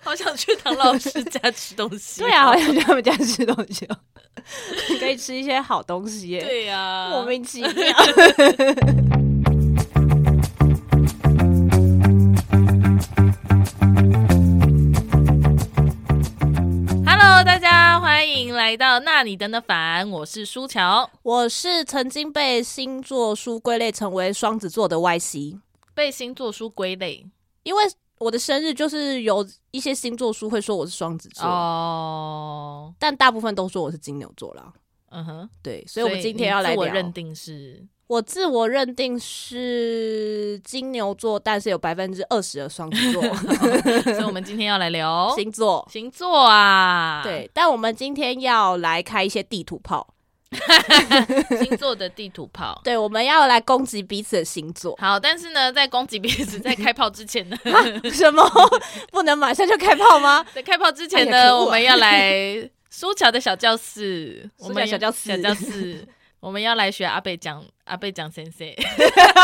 好想去唐老师家吃东西。 对啊，好想去他们家吃东西哦， 可以吃一些好东西耶， 对呀，莫名其妙。 Hello，大家欢迎来到那你真的烦，我是舒乔。 我是曾经被星座书归类成为双子座的 Y C，被星座书归类因为我的生日就是有一些星座书会说我是双子座，哦，但大部分都说我是金牛座啦。嗯哼，对，所以我们今天要来你自我聊。认定 是我自我认定是金牛座，但是有百分之二十的双 子座所以我们今天要来 聊星座。星座啊，，对，但我们今天要来开一些地图炮，星座的地图炮。。对，我们要来攻击彼此的星座 好，但是呢，在攻击彼此，在开炮之前呢，什么？ 不能马上就开炮吗？在开炮之前哎呀可呢，恶啊我们要来苏乔的小教 室，我们苏乔小教室小教室，我们要来学阿贝讲阿贝讲先生，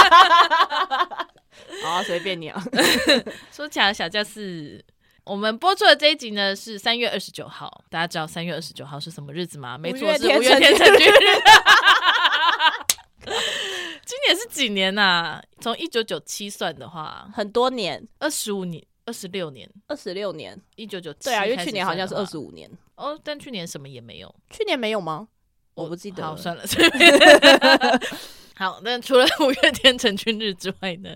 好、随便你啊。苏乔的小教室。我们播出的这一集呢是三月二十九号，大家知道三月二十九号是什么日子吗？没错，月是天五月成天军成军日。 今年是几年呐、从一九九七算的话， 很多年，二十五年、二十六年，二十六年，一九九七。对啊，因为去年好像是二十五年，哦，但去年什么也没有，去年没有吗？我不记得好，了。算了，随 便好，那除了五月天成军日之外呢，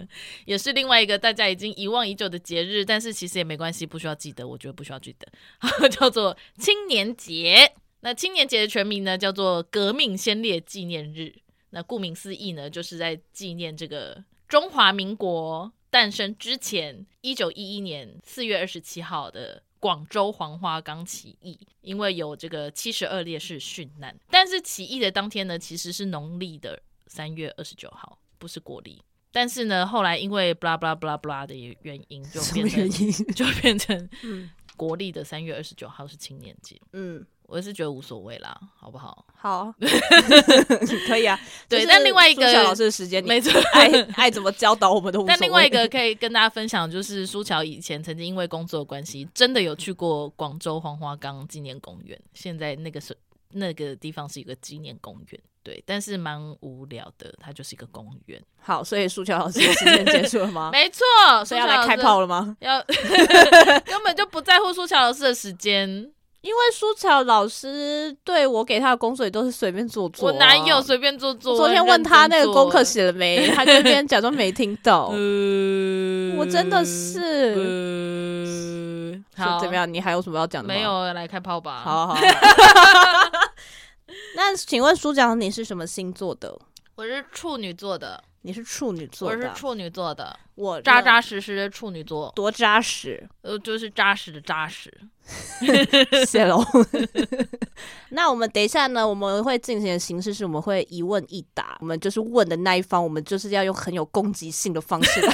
也是另外一个大家已经遗忘已久的节日，但是其实也没关系，不需要记得，我觉得不需要记得， 好叫做青年节。那青年节的全名呢，叫做革命先烈纪念日。那顾名思义呢，就是在纪念这个中华民国诞生之前，一九一一年四月二十七号的广州黄花岗起义，因为有这个七十二烈士殉难。但是起义的当天呢，其实是农历的三月二十九号，不是国历。但是呢，后来因为 blah blah blah blah 的原因，就什变么原成因？ 就变成嗯国历的三月二十九号是青年节。嗯，我是觉得无所谓啦，好不好？ 好，啊可以啊。对就是但另外一个苏小老师的时间，哎你没错， 爱爱怎么教导我们都无所谓。但另外一 个可以跟大家分享，就是苏乔以前曾经因为工作的关系，真的有去过广州黄花岗纪念公园。现在那个是那个地方是一个纪念公园，对，但是蛮无聊的，它就是一个公园。好，所以苏乔老师的时间结束了 吗？没错，所以要来开炮，了吗？ 要根本就不在乎苏乔老师的时间，因为苏乔老师对我给他的工作也都是随便做啊做、我哪有？随便做做？昨天我很问认真他那个做嗯功课，写了没，他就那边假装没听到。呃我真的是，呃，说嗯好，怎么？样？你还有什么要讲的吗？没。有啊来开炮吧？好啊好好。好那请问苏长，你是什么星座的？我是处女座的，你是处女座我的是啊，处女座的，我扎呢扎实实的处女座，多扎实，呃，就是扎实的扎实。谢 喽。 那我们等一下呢，我们会进行的形式是我们会一问一答，我们就是问的那一方，我们就是要用很有攻击性的方式来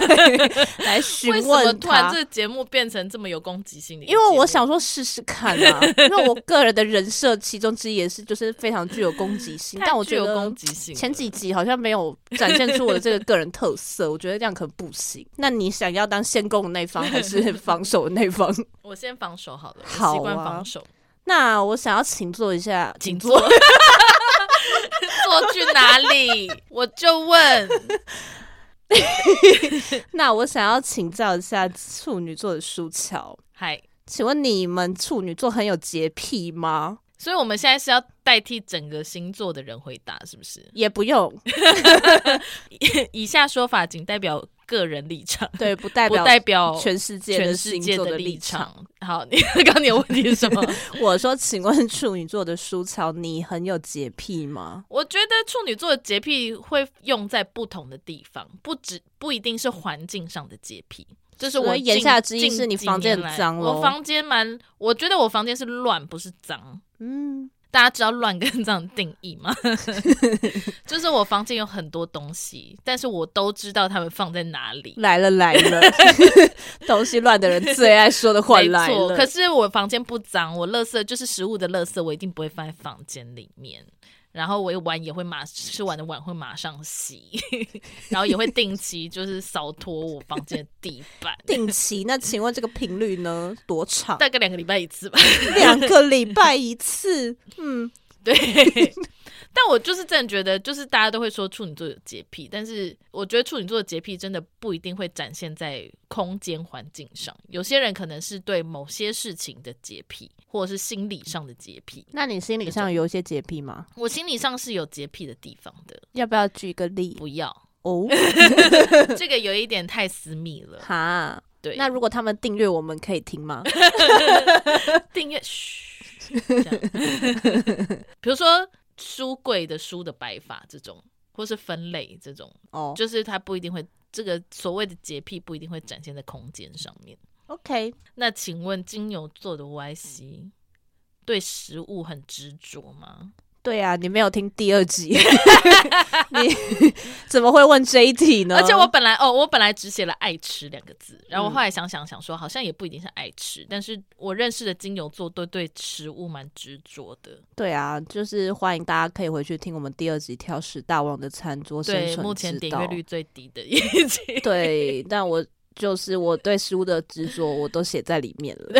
来询为什么问突然他这。个节目变成这么有攻击性的一个因为我节目想说试试看啊， 因为我个人的人设其中之一也是就是非常具有攻击性，太但我具觉有得攻击性了，前几集好像没有展现出我的这个个人特色，我觉得这样可能不行。 那你想要当先攻的那一方还是防守的那一方？ 我先防守好了，我好啊习惯防守，那我想要请坐一下， 请坐。 坐去哪里？我就问，那我想要请教一下处女座的舒乔，嗨，请问你们处女座很有洁癖吗？所以我们现在是要代替整个星座的人回答，是不是？ 也不用，以下说法仅代表个人立场，对，不代不表代表全世界全的世星界座的立立场。。好，你 刚刚你的问题是什 么？我说，请问处女座的舒乔，你很有洁癖吗？我觉得处女座的洁癖会用在不同的地方，不只不一定是环境上的洁癖。就是我所以近言下之意近是你几房间年很来脏咯我房间蛮，我觉得我房间是乱，不是脏。嗯，大家知道乱跟脏的定义 吗？就是我房间有很多东西，但是我都知道他们放在哪里。来了来了， 东西乱的人最爱说的话没来错，了。可是我房间不脏，我垃圾就是食物的垃圾，我一定不会放在房间里面。然后我碗也会马吃完的碗会马上洗， 然后也会定期就是扫拖我房间的地板， 定期。那请问这个频率呢多长？大概两个礼拜一次吧。 两个礼拜一次。嗯，对，但我就是真的觉得，就是大家都会说处女座有洁癖，但是我觉得处女座的洁癖真的不一定会展现在空间环境上。有些人可能是对某些事情的洁癖，或者是心理上的洁癖。 那你心理上有一些洁癖吗？我心理上是有洁癖的地方的，要不要举一个例？不要， 哦，这个有一点太私密了。哈，对，那如果他们订阅我们可以听吗？订阅，嘘， 这样比如说书柜的书的摆法这种，或是分类这种，哦就是它不一定会这个所谓的洁癖不一定会展现在空间上面。 ，OK，那请问金牛座的 YC 对食物很执着吗？对啊，你没有听第二集， 你 怎么会问这一题呢？而且我本来哦，我本来只写了“爱吃”两个字，然后我后来想想想说，好像也不一定是爱吃，但是我认识的金牛座都对食物蛮执着的。对啊，就是欢迎大家可以回去听我们第二集《挑食大王的餐桌生存对，之道》。目前点阅 率最低的一集。对，但我就是我对食物的执着，我都写在里面了，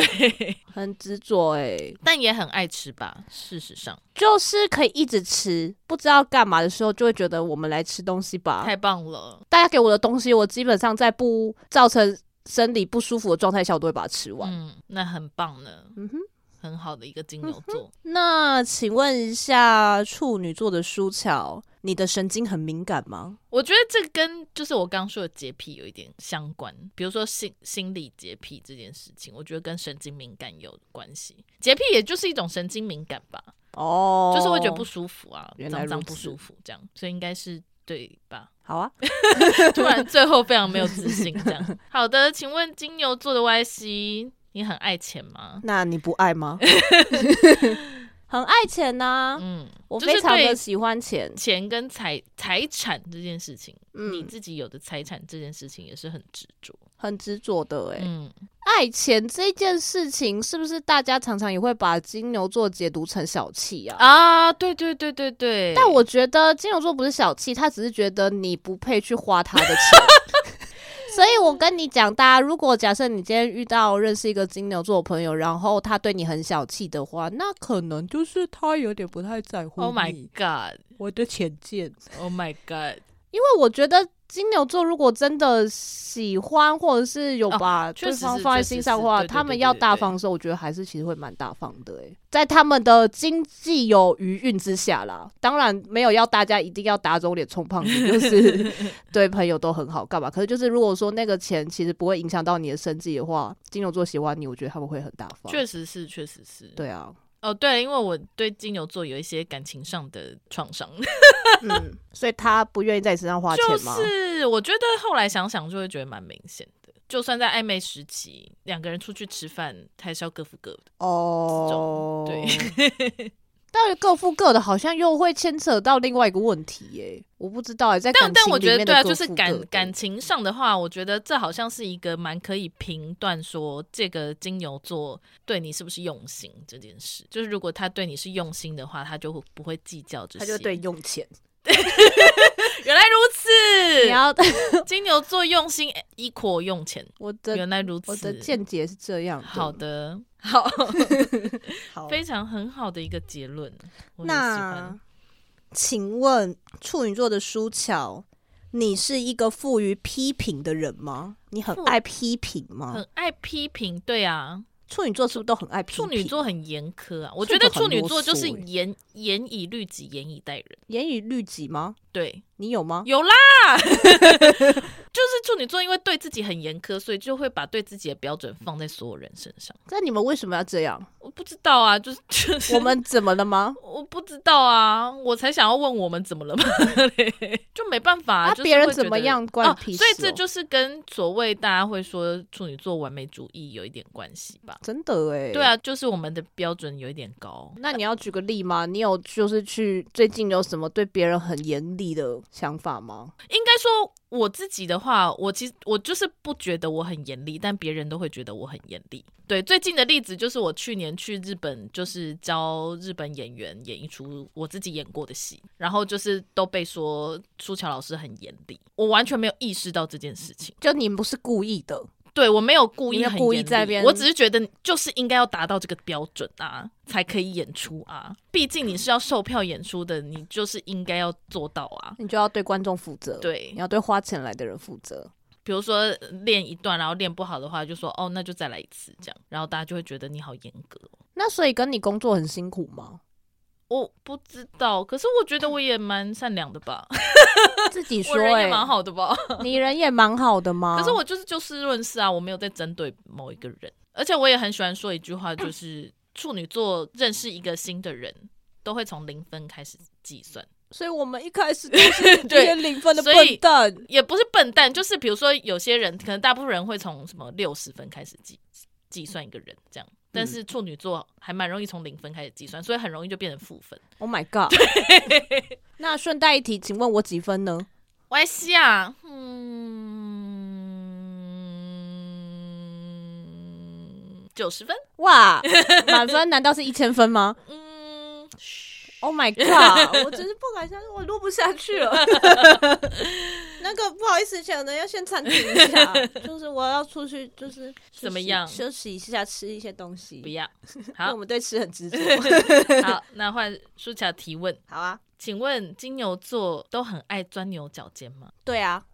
很执着哎、但也很爱吃吧。事实 上，就是可以一直吃，不知道干嘛的时候就会觉得我们来吃东西吧。太棒了，大家给我的东西，我基本上在不造成生理不舒服的状态下，我都会把它吃完。嗯，那很棒呢，嗯哼，很好的一个金牛 座。那请问一下，处女座的舒乔，你的神经很敏感吗？我觉得这跟就是我刚说的洁癖有一点相关，比如说心心理洁癖这件事情，我觉得跟神经敏感有关系。洁癖也就是一种神经敏感吧，哦就是会觉得不舒服啊，原来脏脏如不此舒服这样，所以应该是对吧？好啊。突然最后非常没有自信这 样。好的，请问金牛座的 YC，你很爱钱吗？那你不爱吗？ 很爱钱呐、嗯，我就是非常对的喜欢钱。钱跟财财产这件事情，你嗯，自己有的财产这件事情也是很执着。很执着的哎、嗯，爱钱这件事情，是不是大家常常也会把金牛座解读成小气啊？啊，对对对对对。但我觉得金牛座不是小气，他只是觉得你不配去花他的钱。所以，我跟你讲，大家如果假设你今天遇到认识一个金牛座的朋友，然后他对你很小气的话，那可能就是他有点不太在乎 Oh my 你 God, 我的浅见。 Oh my God，因为我觉得金牛座如果真的喜欢，或者是有把哦确对实方是放在确实心是上的话，对对他对们对要对大对方的时候，我觉得还是其实会蛮大方的、欸。在他们的经济有余韵之下啦，当然没有要大家一定要打肿脸充胖子，就是 对朋友都很好干嘛。可是就是如果说那个钱其实不会影响到你的生计的话，金牛座喜欢你，我觉得他们会很大方。确实是，确实是。对啊，哦，对了，因为我对金牛座有一些感情上的创伤，嗯，所以他不愿意在你身上花钱就吗？是我觉得后来想想就会觉得蛮明显的。就算在暧昧时期，两个人出去吃饭还是要各付各的。哦，对， 但是各付各的，好像又会牵扯到另外一个问题耶、我不知道哎、在但感情但我觉里得面对的啊，各就是付各感的感情上的话，我觉得这好像是一个蛮可以评断说这个金牛座对你是不是用心这件事。就是如果他对你是用心的话，他就会不会计较这些。他就对，用钱，原来如 你此。要金牛座用心，equal 用钱。我的原来如此。我的见解是这样好的，的，好，好非常很好的一个结论。我很喜那欢。请问处女座的舒乔，你是一个富于批评的人吗？你很富爱批评吗？很爱批评，对啊，处女座是不是都很爱批评？处女座很严苛啊，我处觉女得座处很女啰座就是嗦欸严严以律己，严以待人。严以律己吗？对，你有吗？有啦， 就是处女座因为对自己很严苛，所以就会把对自己的标准放在所有人身上。那你们为什么要这 样？我不知道啊，就是就是我们怎么了吗？ 我不知道啊，我才想要问我们怎么了嘛， 就没办法、嗯啊就是别人会觉怎么得样关哦屁所以事这哦就是跟所谓大家会说处女座完美主义有一点关系吧。真的哎、对啊，就是我们的标准有一点高。那你要举个例吗？你有就是去最近有什么对别人很严厉的想法吗？应该说我自己的话，我其实我就是不觉得我很严厉，但别人都会觉得我很严厉。对，最近的例子就是我去年去日本，就是教日本演员演一出我自己演过的戏，然后就是都被说舒乔老师很严厉，我完全没有意识到这件事情。就你不是故意的，对我没有故意你没有很故意严厉在那边我只是觉得就是应该要达到这个标准啊，才可以演出啊。毕竟你是要售票演出的，你就是应该要做到啊。你就要对观众负责，，对你，要对花钱来的人负责。比如说练一段，然后练不好的话，就说哦，那就再来一次这样，然后大家就会觉得你好严格哦。那所以跟你工作很辛苦吗？ 我不知道，可是我觉得我也蛮善良的 吧，自己我说、人也嗯欸，蛮好的吧。你人也蛮好的吗？ 可是我就是就事论事啊，我没有在针对某一个人，而且我也很喜欢说一句话，就是处女座认识一个新的人都会从零分开始计算。所以我们一开始就是 这对些零分的所笨以蛋。也不是笨蛋，就是比如说有些人，可能大部分人会从什么六十分开始计计算一个人这样，但是处女座还蛮容易从零分开始计算，所以很容易就变成负分。 Oh my god！那 顺带一提，请问我几分呢？歪西啊，嗯，九十分，哇， 满分难道是一千分吗嗯， ？Oh my god！我真是不敢相信，我录不下去了。 那个不好意思，小的要先暂停一下， 就是我要出去，就是怎么样休息一下，吃一些东西。不因要。为好我们对吃很执着。好，那换舒乔提问，好啊，请问金牛座都很爱钻牛角尖吗？对 啊，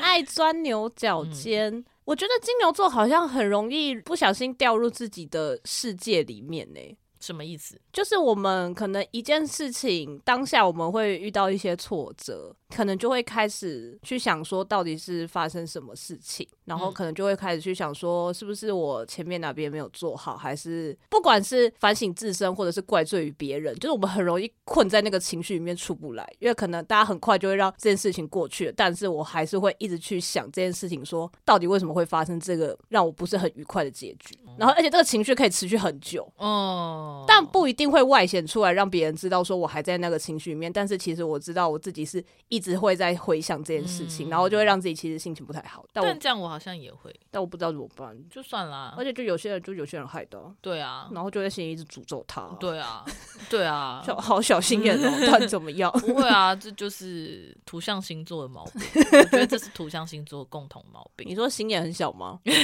爱钻牛角尖。我觉得金牛座好像很容易不小心掉入自己的世界里面呢、什么意思？就是我们可能一件事情当下我们会遇到一些挫折，可能就会开始去想说到底是发生什么事情，然后嗯可能就会开始去想说是不是我前面哪边没有做好，还是不管是反省自身或者是怪罪于别人，就是我们很容易困在那个情绪里面出不来，因为可能大家很快就会让这件事情过去了，但是我还是会一直去想这件事情说到底为什么会发生这个让我不是很愉快的结局，然后而且这个情绪可以持续很久。哦，但不一定会外显出来，让别人知道说我还在那个情绪里面。但是其实我知道我自己是一直会在回想这件事情，嗯然后就会让自己其实心情不太好。但我但这样我好像也会，但我不知道怎么办，就算啦而。且就有些人就有些人害的啊，对啊，然后就在心里一直诅咒他。，对啊，对啊， 小好小心眼哦， 到底怎么样？不会啊，这就是土象星座的毛病。我觉得这是土象星座的共同毛病 你，说心眼很小吗？就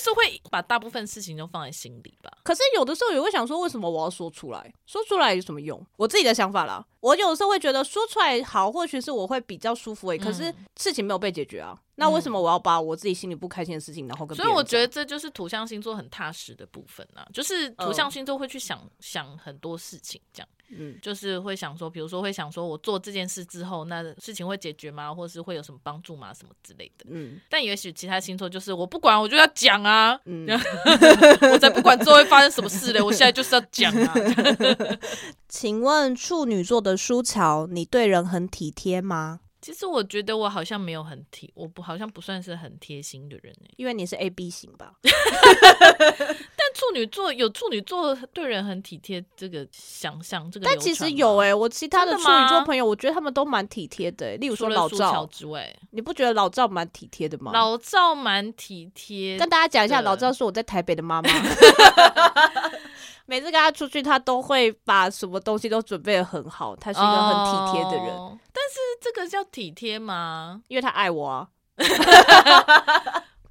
是会把大部分事情都放在心里吧。可是有的时候也会想说，为什么我要说出来？说出来有什么用？我自己的想法啦。我有的时候会觉得说出来好，或许是我会比较舒服诶、欸可是事情没有被解决啊，那为什么我要把我自己心里不开心的事情，然后跟所以我觉得得这就是土象星座很踏实的部分啊，就是土象星座会去想、想很多事情，这样嗯，就是会想说，比如说会想说我做这件事之后，那事情会解决吗？或是会有什么帮助吗？什么之类的。嗯但也许其他星座就是我不管，我就要讲啊，嗯， 我才不管之后会发生什么事嘞，我现在就是要讲啊。请问处女座的舒乔，你对人很体贴吗？其实我觉得我好像没有很贴，我不好像不算是很贴心的人哎。因为你是 A B 型吧？但处女座有处女座对人很体贴这个想象，这个但流其传实吗有欸诶、我其他的真处的吗女座朋友，我觉得他们都蛮体贴的、欸例如除说了老苏乔赵，之外，你不觉得老赵蛮体贴的吗？老赵蛮体贴跟。大家讲一下，对老赵是我在台北的妈妈。 每次跟他出去，他都会把什么东西都准备的很好，他是一个很体贴的人，哦但是这个叫体贴吗？因为他爱我啊。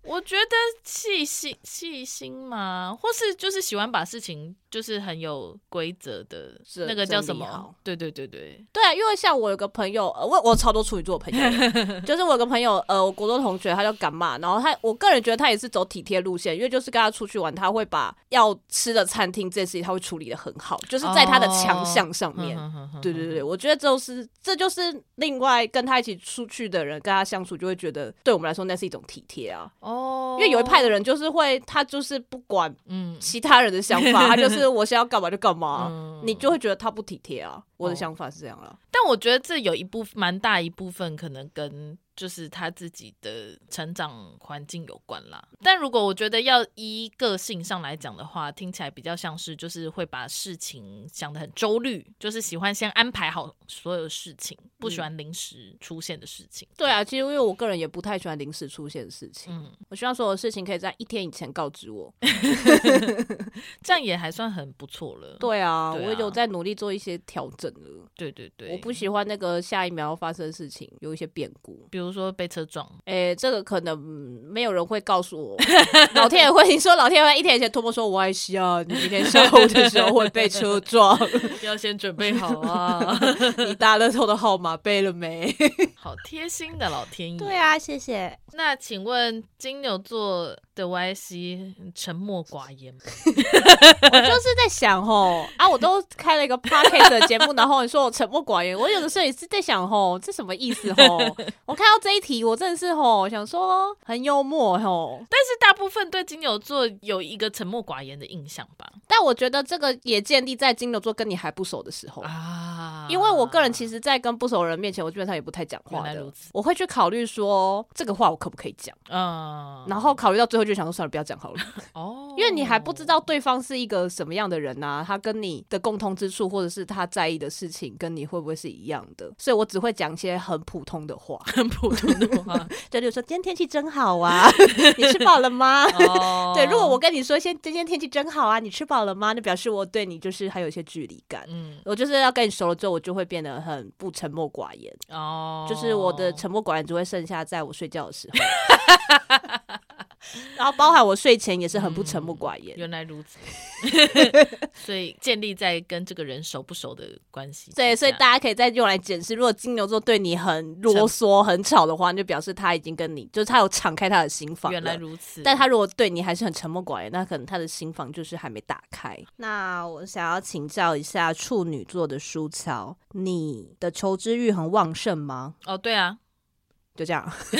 我觉得细心细心嘛，或是就是喜欢把事情就是很有规则的是那个叫什整理好么？对对对对，对啊，因为像我有个朋友，呃，我我有超多处女座的朋友 的，就是我有个朋友，呃，我国中同学，他叫干妈，然后他，我个人觉得他也是走体贴路线，因为就是跟他出去玩，他会把要吃的餐厅这件事情，他会处理的很好，就是在他的强项上面。嗯哼哼哼对对对，我觉得就是这就是另外跟他一起出去的人跟他相处，就会觉得对我们来说那是一种体贴啊。哦，因为有一派的人就是会，他就是不管嗯 其他人的想法，他就是我想要干嘛就干嘛，嗯你就会觉得他不体贴啊。我的想法是这样了。但我觉得这有一部蛮大一部分可能跟就是他自己的成长环境有关啦。但如果我觉得要依个性上来讲的话，听起来比较像是就是会把事情想得很周虑，就是喜欢先安排好所有事情，不喜欢临时出现的事情。对啊，其实因为我个人也不太喜欢临时出现的事情，嗯，我希望所有事情可以在一天以前告知我。这样也还算很不错了。 对啊，对啊我有在努力做一些调整了。对对对，我不喜欢那个下一秒发生的事情有一些变故。比如说被车撞，诶、这个可能嗯没有人会告诉我，老天爷会你说老天爷会一天以前托梦说我爱西啊，你明天下午的时候会被车 撞， 要先准备好啊，你打乐透的号码背了 没？ 好贴心的老天爷。啊，谢谢。那请问金牛座的 YC 沉默寡言吗，我就是在想吼啊，我都开了一个 podcast 的节目，然后你说我沉默寡言，我有的时候也是在想吼，这什么意思吼？我看到这一题，我真的是吼想说很幽默吼，但是大部分对金牛座有一个沉默寡言的印象吧？但我觉得这个也建立在金牛座跟你还不熟的时候。啊因为我个人实其实，在跟不熟的人面前，我基本上也不太讲话原来的如此。我会去考虑说这个话我可不可以讲，嗯然后考虑到最后就想说算了，不要讲好了。哦因为你还不知道对方是一个什么样的人呐、他跟你的共通之处，或者是他在意的事情，跟你会不会是一样的？所以我只会讲一些很普通的 话，很普通的话就例如说今天天气真好啊， 你吃饱了吗？哦 对，如果我跟你说先今天天气真好啊，你吃饱了吗？那表示我对你就是还有一些距离感。嗯我就是要跟你熟了之后，我就会变得很不沉默寡言，哦，就是我的沉默寡言只会剩下在我睡觉的时候，然后包含我睡前也是很不沉默寡言。嗯原来如此， 所以建立在跟这个人熟不熟的关系之下。对，所以大家可以再用来检视，如果金牛座对你很啰嗦、很吵的话，那就表示他已经跟你，就是他有敞开他的心房了原来如此，但他如果对你还是很沉默寡言，那可能他的心房就是还没打开。那我想要请教一下处女座的舒乔，你的求知欲很旺盛吗？哦对啊，就这样，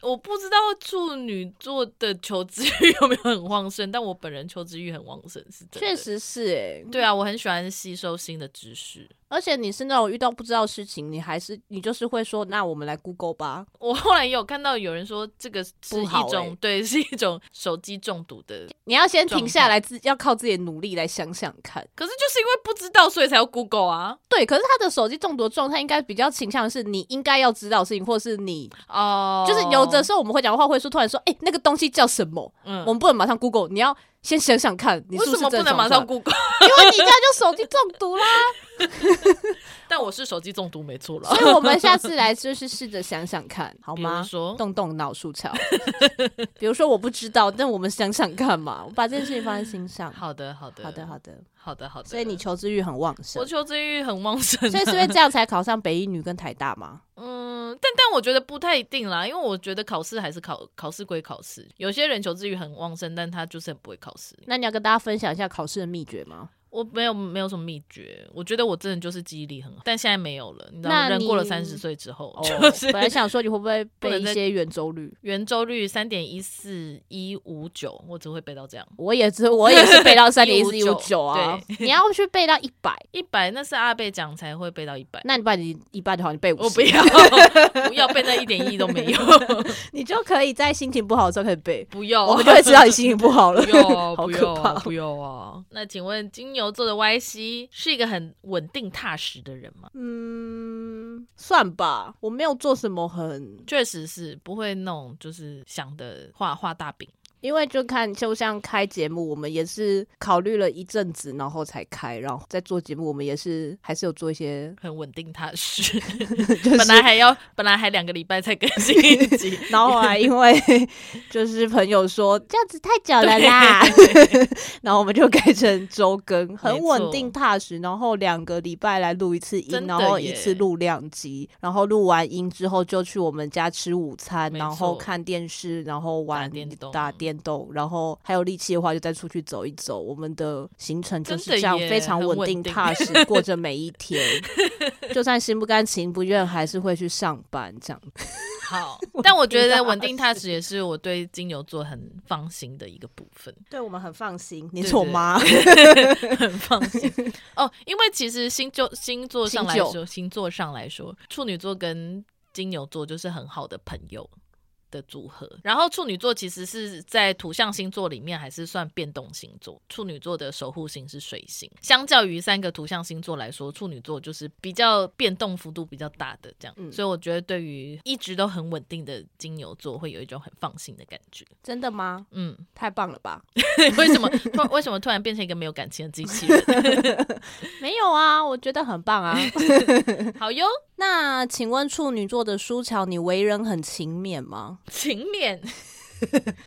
我不知道处女座的求知欲 有没有很旺盛，但我本人求知欲很旺盛，是真的。确，实是哎、对啊，我很喜欢吸收新的知识。而且你是那种遇到不知道的事情，你还是你就是会说，那我们来 Google 吧。我后来也有看到有人说，这个是不一好种、欸对， 是一种手机中毒的。你要先停下来，自要靠自己的努力来想想看。可是就是因为不知道，所以才要 Google 啊。对，可是他的手机中毒的状态应该比较倾向是你应该要知道的事情，或是你、哦，就是有的时候我们会讲话会说突然说，哎、那个东西叫什么？嗯我们不能马上 Google，你要先想想看，你为是什是么真不的能马想上出 Google？ 来因为你这样就手机中毒啦。但我是手机中毒没错了，所以我们下次来就是试着想想看，好比如吗？说动动脑树桥， 比如说我不知道，但我们想想看嘛，我把这件事情放在心上。好的，好的，好的，好的，的。好的，好的。所以你求知欲很旺盛我，求知欲很旺盛、啊，所以是因为这样才考上北一女跟台大吗？嗯，但但我觉得不太一定啦，因为我觉得考试还是考，考试归考试。有些人求知欲很旺盛，但他就是很不会考试。 那你要跟大家分享一下考试的秘诀吗？我没有没有什么秘诀，我觉得我真的就是记忆力很好，但现在没有了。你知道，那人过了你三十岁之后，哦就是 本来想说你会不会不背能一再些圆周率？ 圆周率三点一四一五九，我只会背到这样。 我也是，我也是背到三点一四一五九159啊。 你要去背到一百，一百那是阿贝讲才会背到一百，那你把你一半就好，你背五我十，不要 不要背那一点意义都没有， 你就可以在心情不好的时候可以背，不要，我们就会知道你心情哦 不好了不。要，不好可要啊，怕。不要啊！那请问金牛座的 Y C 是一个很稳定踏实的人吗？嗯，算吧，我没有做什么很，确实是不会弄，就是想的画画大饼。因为就看就像开节目，我们也是考虑了一阵子，然后才开，然后在做节目，我们也是还是有做一些，很稳定踏实， 就是本来还要，本来还两个礼拜才更新一集， 然后后来因为 就是朋友说这样子太久了啦，然后我们就改成周更，很稳定踏实。然后两个礼拜来录一次音真，的然耶后一次录两集，然后录完音之后就去我们家吃午餐，没错然后看电视，然后玩打电动打电动，然后还有力气的话就再出去走一走。我们的行程就是这样，真的耶非常稳定很稳定踏实，过 着每一天。就算心不甘情不愿，还是会去上班这样。好，但我觉得稳定踏实也是我对金牛座很放心的一个部分，对我们很放心。你是我妈，很放 心哦。因为其实星座星座上来说，星座上来说，处女座跟金牛座就是很好的朋友的组合。然后处女座其实是在土象星座里面还是算变动星座，处女座的守护星是水星。相较于三个土象星座来说，处女座就是比较变动幅度比较大的这样。嗯所以我觉得对于一直都很稳定的金牛座，会有一种很放心的感觉。 真的吗？嗯， 太棒了吧？为什么突为什么突然变成一个没有感情的机器人？ 没有啊，我觉得很棒 啊。好哟，那请问处女座的舒乔，你为人很勤勉吗？勤 勉，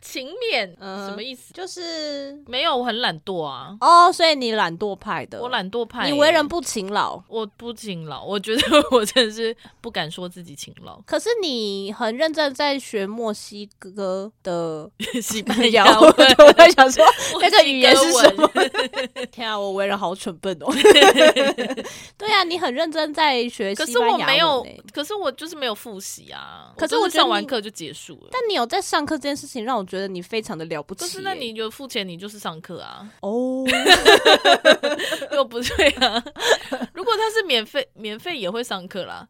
勤勉，嗯什么意思？就是没有，我很懒惰啊，哦，所以你懒惰派的，我。懒惰派耶。呃你为人不勤劳，我不勤劳，我觉得 我真的是不敢说自己勤 劳。可是你很认真在学墨西哥 的西班牙然后文 我，就在想说墨那西个哥语言是什么文？？ 天啊，我为人好蠢 笨哦！对啊，你很认真在 学可西是我班牙文欸没有，可是我就是没有复习啊。可是我我就觉是得上完你课就结束了。但你有在上课这件事情，让我觉得你非常的了不起可欸。是那你就付钱，你就是上课啊， 哦，又不对啊。 如果他是免费，免费也会上课 啦。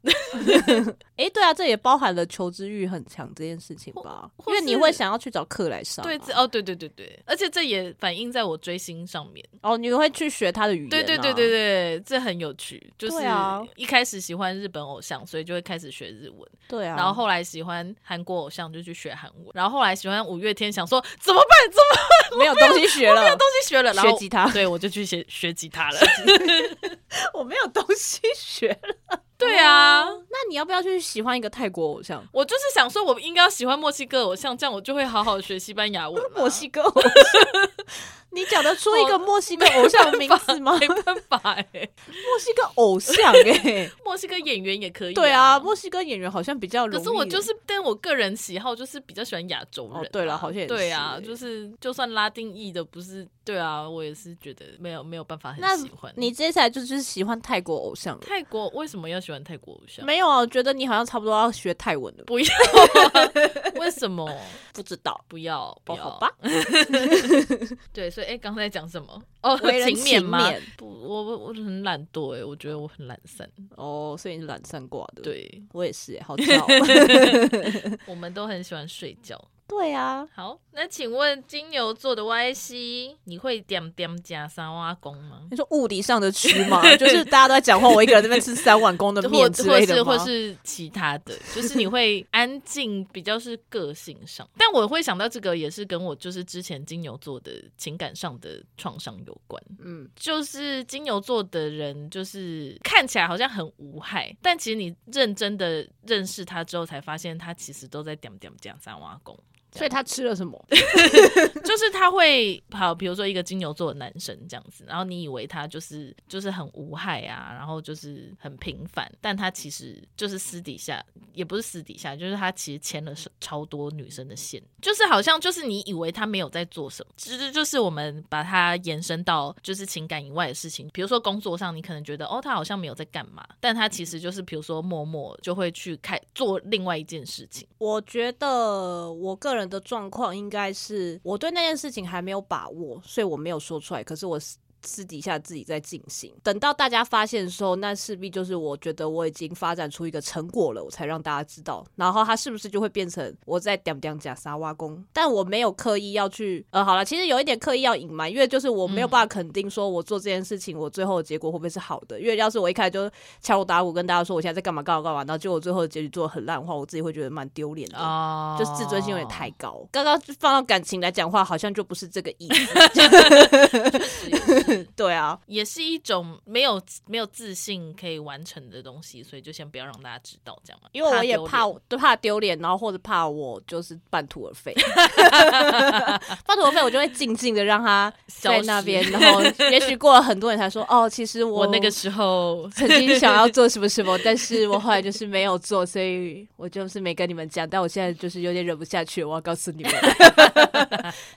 哎，对啊，这也包含了求知欲很强这件事情吧？或或因为你是会想要去找课来上啊，对，这哦，对对对对，而且这也反映在我追星上面。哦，你会去学他的语言啊。对对对对对，这很有趣。就是对啊一开始喜欢日本偶像，所以就会开始学日文，对啊，然后 后来喜欢韩国偶像就去学韩文，然后后来喜欢五月天，想说怎么办？怎么没有东西学了，东西学了？然后学吉他对我就去学学吉他了。 我没有东西学了。对啊。那你要不要去喜欢一个泰国偶像？我就是想说，我应该要喜欢墨西哥偶像，这样我就会好好学西班牙文啊啦。墨西哥偶像， 你讲得出一哦个墨西哥偶像的名 字吗？ 没办法哎、墨西哥偶像哎、墨西哥演员也可以、 对啊，墨西哥演员好像比较容可易。是我就是，但我个人喜好就是比较喜欢亚洲人啊、哦对了好像也是对啊，欸就是就算拉丁裔的，不是对啊，我也是觉得没有没有办法那很喜欢。你接下来就是喜欢泰国偶像了。泰国为什么要喜欢泰国偶像？没有啊，我觉得你好像差不多要学泰文 了。不 要、啊，为什么不知道，不要？不哦，要？好吧，对，所以哎，刚、才讲什么？哦， 为人勤勉 吗勤勉？不，我我我很懒惰哎、我觉得我很懒散。哦，所以你是懒散挂的。，对，我也是欸，好巧哦。我们都很喜欢睡觉。 对啊，好，那请问金牛座的 YC，你会点点加沙挖工吗？你说物理上的区嘛， 就是大家都在讲话，我一个人在那边吃三碗 公的或面之类的是或吗是其他的， 就是你会安静，比较是个性上。但我会想到这个，也是跟我就是之前金牛座的情感上的创伤有关。嗯，就是金牛座的人，就是看起来好像很无害，但其实你认真的认识他之后，才发现他其实都在点点啊讲三挖工。所以他吃了什么？就是他会好，比如说一个金牛座的男生这样子，然后你以为他就是就是很无害啊，然后就是很平凡，但他其实就是私底下也不是私底下，就是他其实牵了超多女生的线，就是好像就是你以为他没有在做什么，其实就是我们把它延伸到就是情感以外的事情，比如说工作上，你可能觉得哦他好像没有在干嘛，但他其实就是比如说默默就会去开做另外一件事情，我觉得我个人的状况应该是，我对那件事情还没有把握，所以我没有说出来。可是我私私底下自己在进行，等到大家发现的时候，那势必就是我觉得我已经发展出一个成果了，我才让大家知道。然后它是不是就会变成我在屌屌假沙挖工？但我没有刻意要去，呃，好了，其实有一点刻意要隐瞒，因为就是我没有办法肯定说我做这件事情，我最后的结果会不会是好的。因为要是我一开始就敲锣打鼓跟大家说我现在在干嘛干嘛干嘛，然后结果最后的结局做的很烂的话，我自己会觉得蛮丢脸的。哦就是自尊心有点太高，刚刚放到感情来讲话，好像就不是这个意 思。对啊，也是一种没有没有自信可以完成的东西，所以就先不要让大家知道，这样嘛。因为我也怕怕丢脸 我，对怕丢脸，然后或者怕我就是半途而废。半途作废，我就会静静的让他在消那失边，然后也许过了很多年才说，哦，其实我我那个时候 曾经想要做什么什么，但是我后来就是没有做，所以我就是没跟你们讲。但我现在就是有点忍不下去，我要告诉 你们。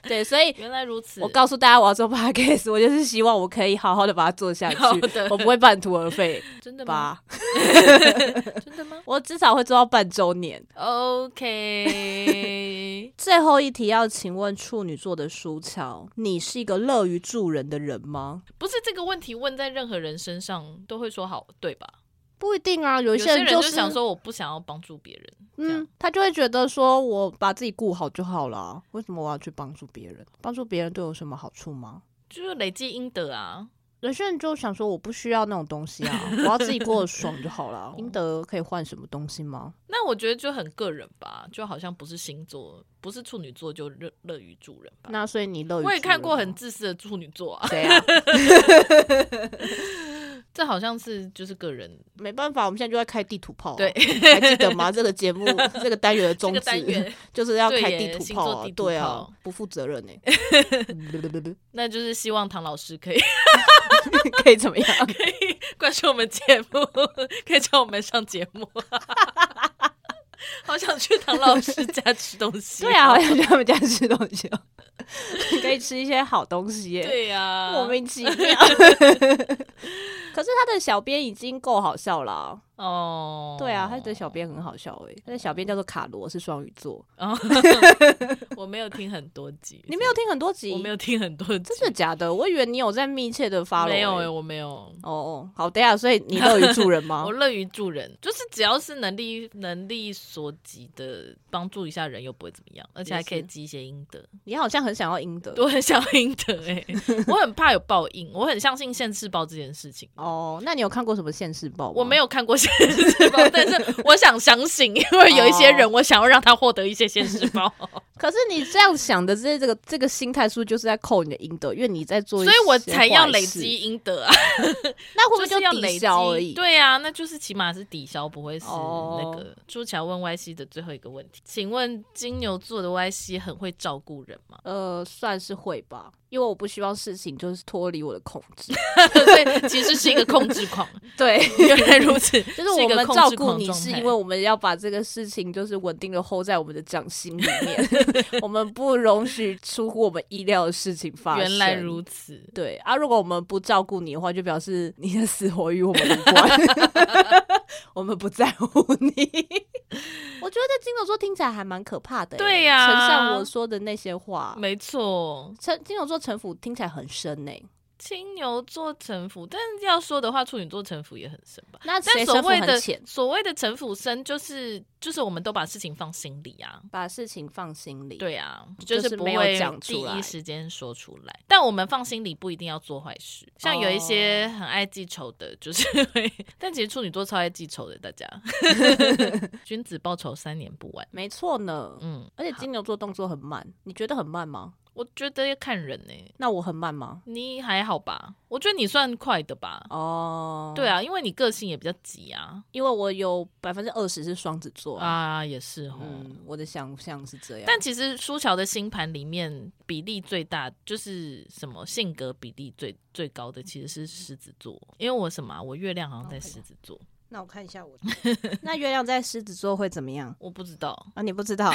对，所以 原来如此，我告诉大家我要做 podcast，我就是希望我可以好好的把它做下好去的，我不会半途而废真的吗？吧？真的吗我至少会做到半周年。 ？OK，最后一题要请问处女座的舒乔，你是一个乐于助人的人吗？ 不是这个问题问在任何人身上都会说好，对吧？不一定啊，有有一些人就就是想说我不想要帮助别人，这嗯样，他就会觉得说我把自己顾好就好了，啊为什么我要去帮助别人？帮助别人对我有什么好处吗？就是累积阴德啊。有些人就想说，我不需要那种东 西啊，我要自己过得爽就好嗯了。英德可以换什么东西吗？那我觉得就很个人吧，就好像不是星座，不是处女座就乐乐于助人吧。那所以你乐于啊我也助看人过吗很自私的处女座啊，谁 啊？这好像是就是个人没办法，我们现在就在开地图炮、啊对，还记得吗？这 个节目这个单元的这宗个单旨 元，就是要对开耶地图星炮座啊地，图对啊炮，不负责任 呢、那就是希望唐老师可以 可以怎么样？关注我们节目，可以找我们上节目。 好想去唐老师 家吃东西。对啊，好想去他们家吃东西哦， 可以吃一些好东西耶、对啊呀、莫名 其妙。可是他的小编已经够好笑了啊、哦，对啊，他的小编很好笑诶、他的小编叫做卡罗，是双鱼座。哦，我没有听很多集，你没有听很多集？我没有听很多集，真的假的？我以为你有在密切的发、没有哎、哎、我没有。哦哦，好，等一下，所以你乐于助人吗 我？乐于助人，就是只要是能力能力所及的，帮助一下人又不会怎么样，而且还可以也是积一些阴德。你好像很想要赢得。我很想阴德哎、我很怕有报应，我很相信现世报这件事情。哦，那你有看过什么现世报吗？我没有看过现世报，但是我想相信，因为有一些哦人，我想要让他获得一些现世报，可是你这样想的这这个这个心态，是不是就是在扣你的应得？因为你在做，所以我才要累积。阴德 啊，那会不就会是要抵累积消而已？对啊，那就是起码是抵消，不会是哦那个。朱乔问 Y C 的最后一个问题，请问金牛座的 Y C 很会照顾人吗？ 呃，算是会吧，因为我不希望事情就是脱离我的控 制。所以其实是一个控制 狂，对，原来如此，就就是我们照顾你，是因为我们要把这个事情就是稳定的 hold 在我们的掌心里 面，我们不容许出乎我们意料的事情发生。原来如此。对啊，如果我们不照顾你的话，就表示你的死活与我们无 关，我们不在乎你。我觉得金牛座听起来还蛮可怕的、欸，对呀承上我说的那些话，没错，城金牛座城府听起来很深欸呢、金牛座城府，但是要说的话，处女座城府也很深吧。那但谁所城府谓的很浅？所谓的城府深，就是就是我们都把事情放心里啊。把事情放心里，，对啊，嗯就是是不没有会讲第出来一时间说出来，但我们放心里不一定要做坏事。像有一些哦很爱记仇的，就是会， 但其实处女座超爱记仇的，大 家。君子报仇，三年不晚。没错呢。嗯，而且金牛座动作很慢，你觉得很慢吗？我觉得要看人呢、那我很慢吗？你还好吧？我觉得你算快的吧。哦，对，啊，因为你个性也比较急啊。因为我有百分之二十是双子座啊。啊，也是哦。嗯，我的想象是这样，但其实舒乔的星盘里面比例最大，就是什么性格比例最最高的其实是狮子座，因为我什么啊、我月亮好哦像在狮子座，那我看一下我的，那月亮在狮子座会怎么样我不知道。啊？你不 知道啊、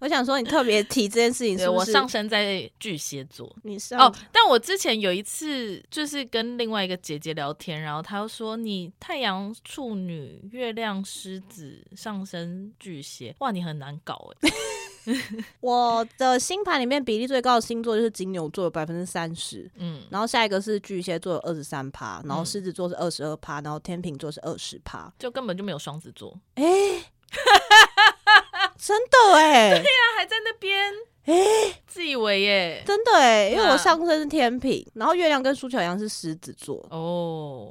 我想说你特别提这件事情对是不我是？上升在巨蟹座。你上哦，但我之前有一次就是跟另外一个姐姐聊天，然后她就说你太阳处女、月亮狮子、上升巨蟹，哇，你很难搞哎。我的星盘里面比例最高的星座就是金牛座，有百分之三十。嗯，然后下一个是巨蟹座有二十三趴，然后嗯狮子座是二十二趴，然后天秤座是二十趴，就根本就没有双子座， 真的哎、他还在那边哎，自以为耶。真的哎、因为那我上升是天秤，然后月亮跟苏巧阳是狮子座，哦，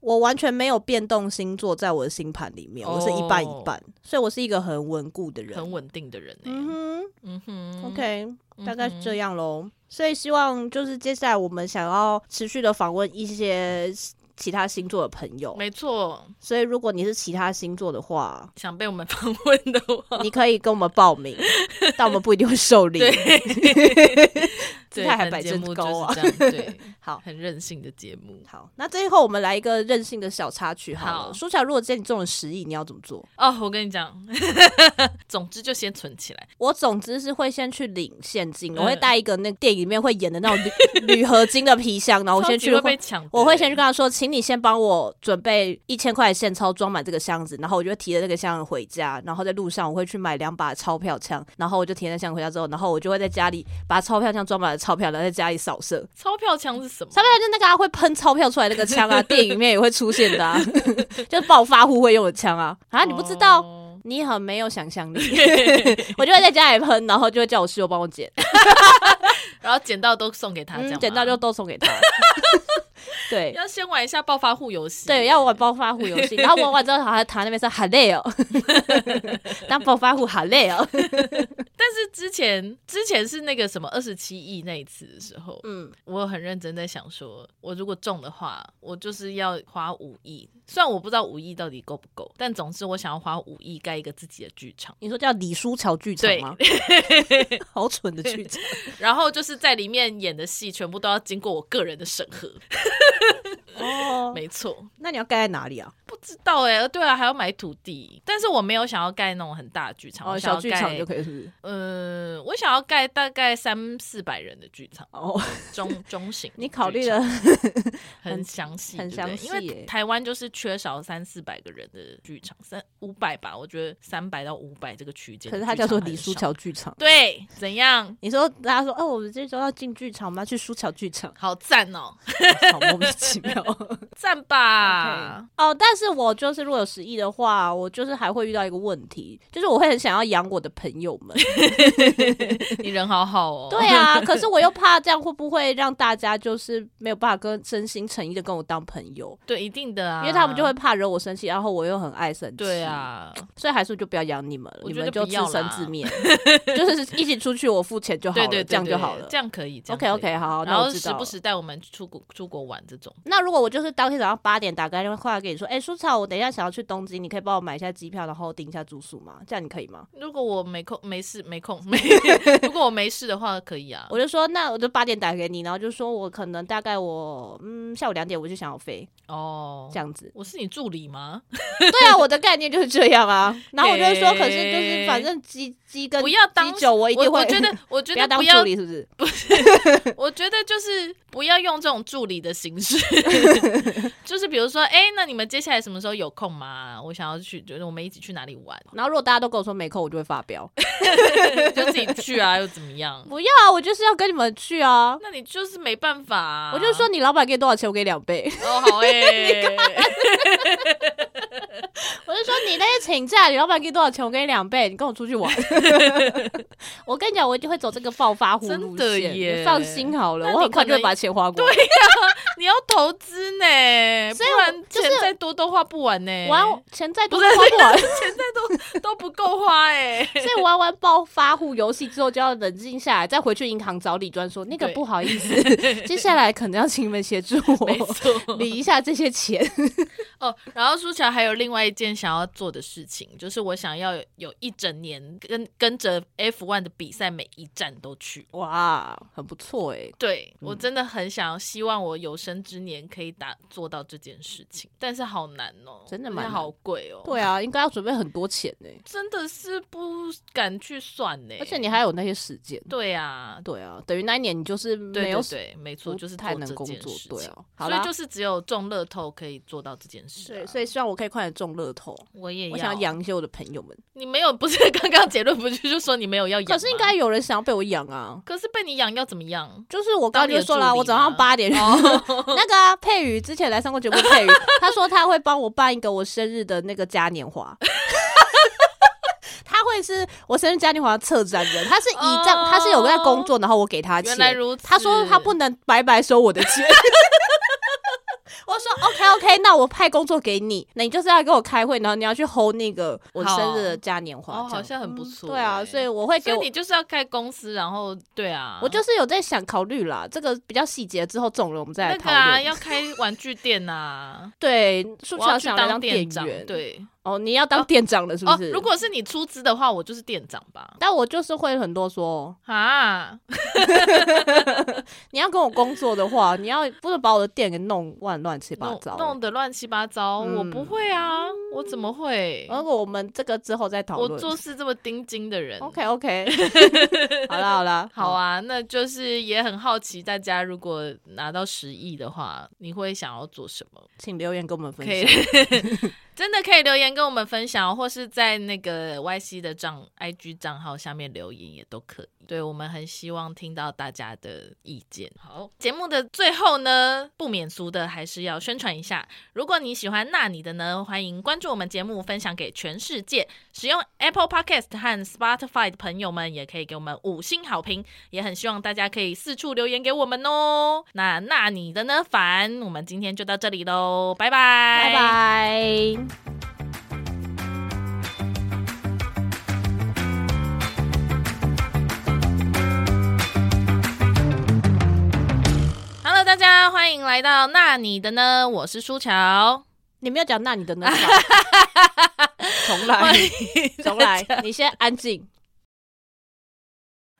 我完全没有变动星座在我的星盘里面，我是一半哦一半，所以我是一个很稳固的人。很稳定的人哎、嗯嗯哼哼，OK，嗯大概是哼这样喽。所以希望就是接下来我们想要持续的访问一些其他星座的朋友，没错，所以如果你是其他星座的话， 想被我们访问的话，你可以跟我们报名，但我们不一定会受理。 姿对，态还本摆节真目就高啊是！这样，对， 好很任性的节目好，那最后我们来一个任性的小插曲好了。好说起来，如果今天你中了十亿，你要怎么做？哦。我跟你讲， 总之就先存起来，我总之是会先去领现金，嗯我会带一个那个电影里面会演的那种铝 铝合金的皮箱，然后我先超级去会被抢的，我会先去跟他说，请你先帮我准备一千块的现钞装满这个箱子，然后我就会提着这个箱子回家，然后在路上我会去买两把钞票枪，然后我就提着那箱子回家之后，然后我就会在家里把钞票枪装满了钞票，然后在家里扫射。钞票枪是什么？钞票枪就那个、啊、会喷钞票出来那 个枪啊，电影里面也会出现的啊， 就是暴发户会用的枪啊。啊，你不知道， 哦 你很没有想象力。 我就会在家里喷，然后就会叫我室友帮我 捡，然后捡到都送给他，这样嗯吗捡嗯到就都送 给他。对，要先玩一下暴发户游戏，对，要玩暴发户游 戏，然后玩完之后，好像他那边说好累哦， 当暴发户好累 哦。但是之前之前是那个什么二十七亿那一次的时候，嗯，我有很认真在想说，我如果中的话，我就是要花五亿。虽然我不知道五亿到底够不够，但总之我想要花五亿盖一个自己的剧场，你说叫李书桥剧场吗？ 好蠢的剧场，然后就是在里面演的戏全部都要经过我个人的审 核。哦，没错，那你要盖在哪里啊？不知道哎、对啊，还要买土地，但是我没有想要盖那种很大的剧场，哦，我想小要剧场盖就可以，是不是？嗯、我想要盖大概三四百人的剧场，哦，中中型剧场。你考虑了，很很详细，很对不对详细因耶为台湾就是缺少三四百个人的剧场，三五百吧，我觉得三百到五百这个区间。可是它叫做李书，桥剧场。对，怎样？，你说大家说，哦，我们这周要进剧场，我们要去书桥剧场 好赞哦，好莫名其妙。赞吧！哦，但是我就是如果有十亿的话，我就是还会遇到一个问题，就是我会很想要养我的朋友们。 你人好好哦。对啊，可是我又怕这样会不会让大家就是没有办法跟真心诚意的跟我当朋友，对，一定的啊，因为他们就会嗯怕惹我生气，然后我又很爱生气。对，啊，所以还是我就不要养你们了，我你觉得们就不自要啦生自 灭，就是一起出去我付钱就好对了，对，对这样就对好了这。样可以。这样 OK 可以 OK，好，然那我后知时道不了。时带我们出国出国玩这种，那如果我就是当天早上八点打个电话给你说，哎、舒草，我等一下想要去东京，你可以帮我买一下机票，然后订一下住宿吗？这样你可以吗？如果我没空没事没空 没，如果我没事的话可以啊。我就说，那我就八点打给你，然后就说我可能大概我嗯下午两点我就想要飞，哦这，样子。我是你助理吗？对啊，我的概念就是这样啊。然后我就会说，可是就是诶反正鸡鸡跟不要当鸡酒，我一定我会。我觉 得，我觉不得要当不助要，理，是不是？我觉得就是不要用这种助理的形 式，就是比如说，哎、那你们接下来什么时候有空吗？我想要去，就是我们一起去哪里玩，然后如果大家都跟我说没空，我就会发飙。就自己去啊，又怎么样？不要啊，我就是要跟你们去啊！那你就是没办法、啊，我就说，你老板给多少钱，我给两 倍。哦， 好哎、我就说你那些请假，你老板给多少钱，我给你两倍。你跟我出 去玩。 我跟你讲，我一定会走这个暴发户真路的线，耶你放心好了，那我你很快可就会能把钱花光。 你要投资呢，不所以我然就是钱再多都花不完呢，玩钱再多欸不都是花不完，钱再多都不够花 哎、所以玩完暴发户游戏之后，就要冷静下来，再回去银行找李专说：“那个对不好意 思，接下来可能要请你们协助没我错，理一下这些钱。 哦，然后舒乔还有另外一件想要做的事情，就是我想要有一整年跟跟着 F1 的比赛每一站都去”。哇，很不错欸哎、对我真的很想要，希望我有生之年可以达做到这件事情，但是好难哦，真的而且蛮难好贵哦。对啊，啊，应该要准备很多钱呢、真的是不敢去算呢。而且你还有那些时间。对啊，对啊，等于那一年你就是对没有对对，没错，不就是太做能这工件作事。对情。啊，好所啦以，就是只有中乐透可以做到这件事、啊。对，所以希望我可以快点中乐透。我欸也要，我想要养一些我的朋友们，你没有，不是 刚刚结论不是就说你没有要养吗？可是应该有人想要被我养啊。可是被你养要怎么 样？就是我刚刚就说了啊，当你的助理吗哦我早上八点， 那个啊，佩宇之前来上过节目，佩宇他说他会帮我办一个我生日的那个嘉年华。 他会是我生日嘉年华的策展人，他是以这样哦他是有在工作，然后我给他钱原。来如此。他说他不能白白收我的钱， 我说 OK OK，那我派工作给你，那你就是要跟我开会，然后你要去 hold 那个我生日的嘉年华，哦，这好样像很不嗯错欸、对啊，所以我会所给以我你就是要开公司，然后对啊，我就是有在想考虑啦，这个比较细节之后中了我们再那来讨个论。啊，要开玩具店 呐、对，树我要桥去想要当店长员，，对哦，你要当店长了是不哦是？，如果是你出资的话，我就是店长吧。但我就是会很多说， 啊，你要跟我工作的话，你要不能把我的店给弄乱乱七八弄糟的。弄得乱七八糟，嗯我不会啊，我怎么会？如果我们这个之后再讨我论。做事这么钉钉的人。 OK OK，好啦好啦，好，啊，那就是也很好奇，大家如果拿到十亿的话，你会想要做什么？请留言跟我们分可享。以， 真的可以留言跟我们分享，或是在那个 YC 的账 IG 账号下面留言也都可以。对我们很希望听到大家的意见。好，节目的最后呢，不免俗的还是要宣传一下。如果你喜欢那你的呢，欢迎关注我们节目，分享给全世界。使用 Apple Podcast 和 Spotify 的朋友们，也可以给我们五星好评。也很希望大家可以四处留言给我们哦。那那你的呢？凡，我们今天就到这里喽，拜拜，拜。拜。 Hello，大家欢迎来到那你的呢？我是舒乔，你没有讲那你的那个， 重来欢迎重来，你先安静。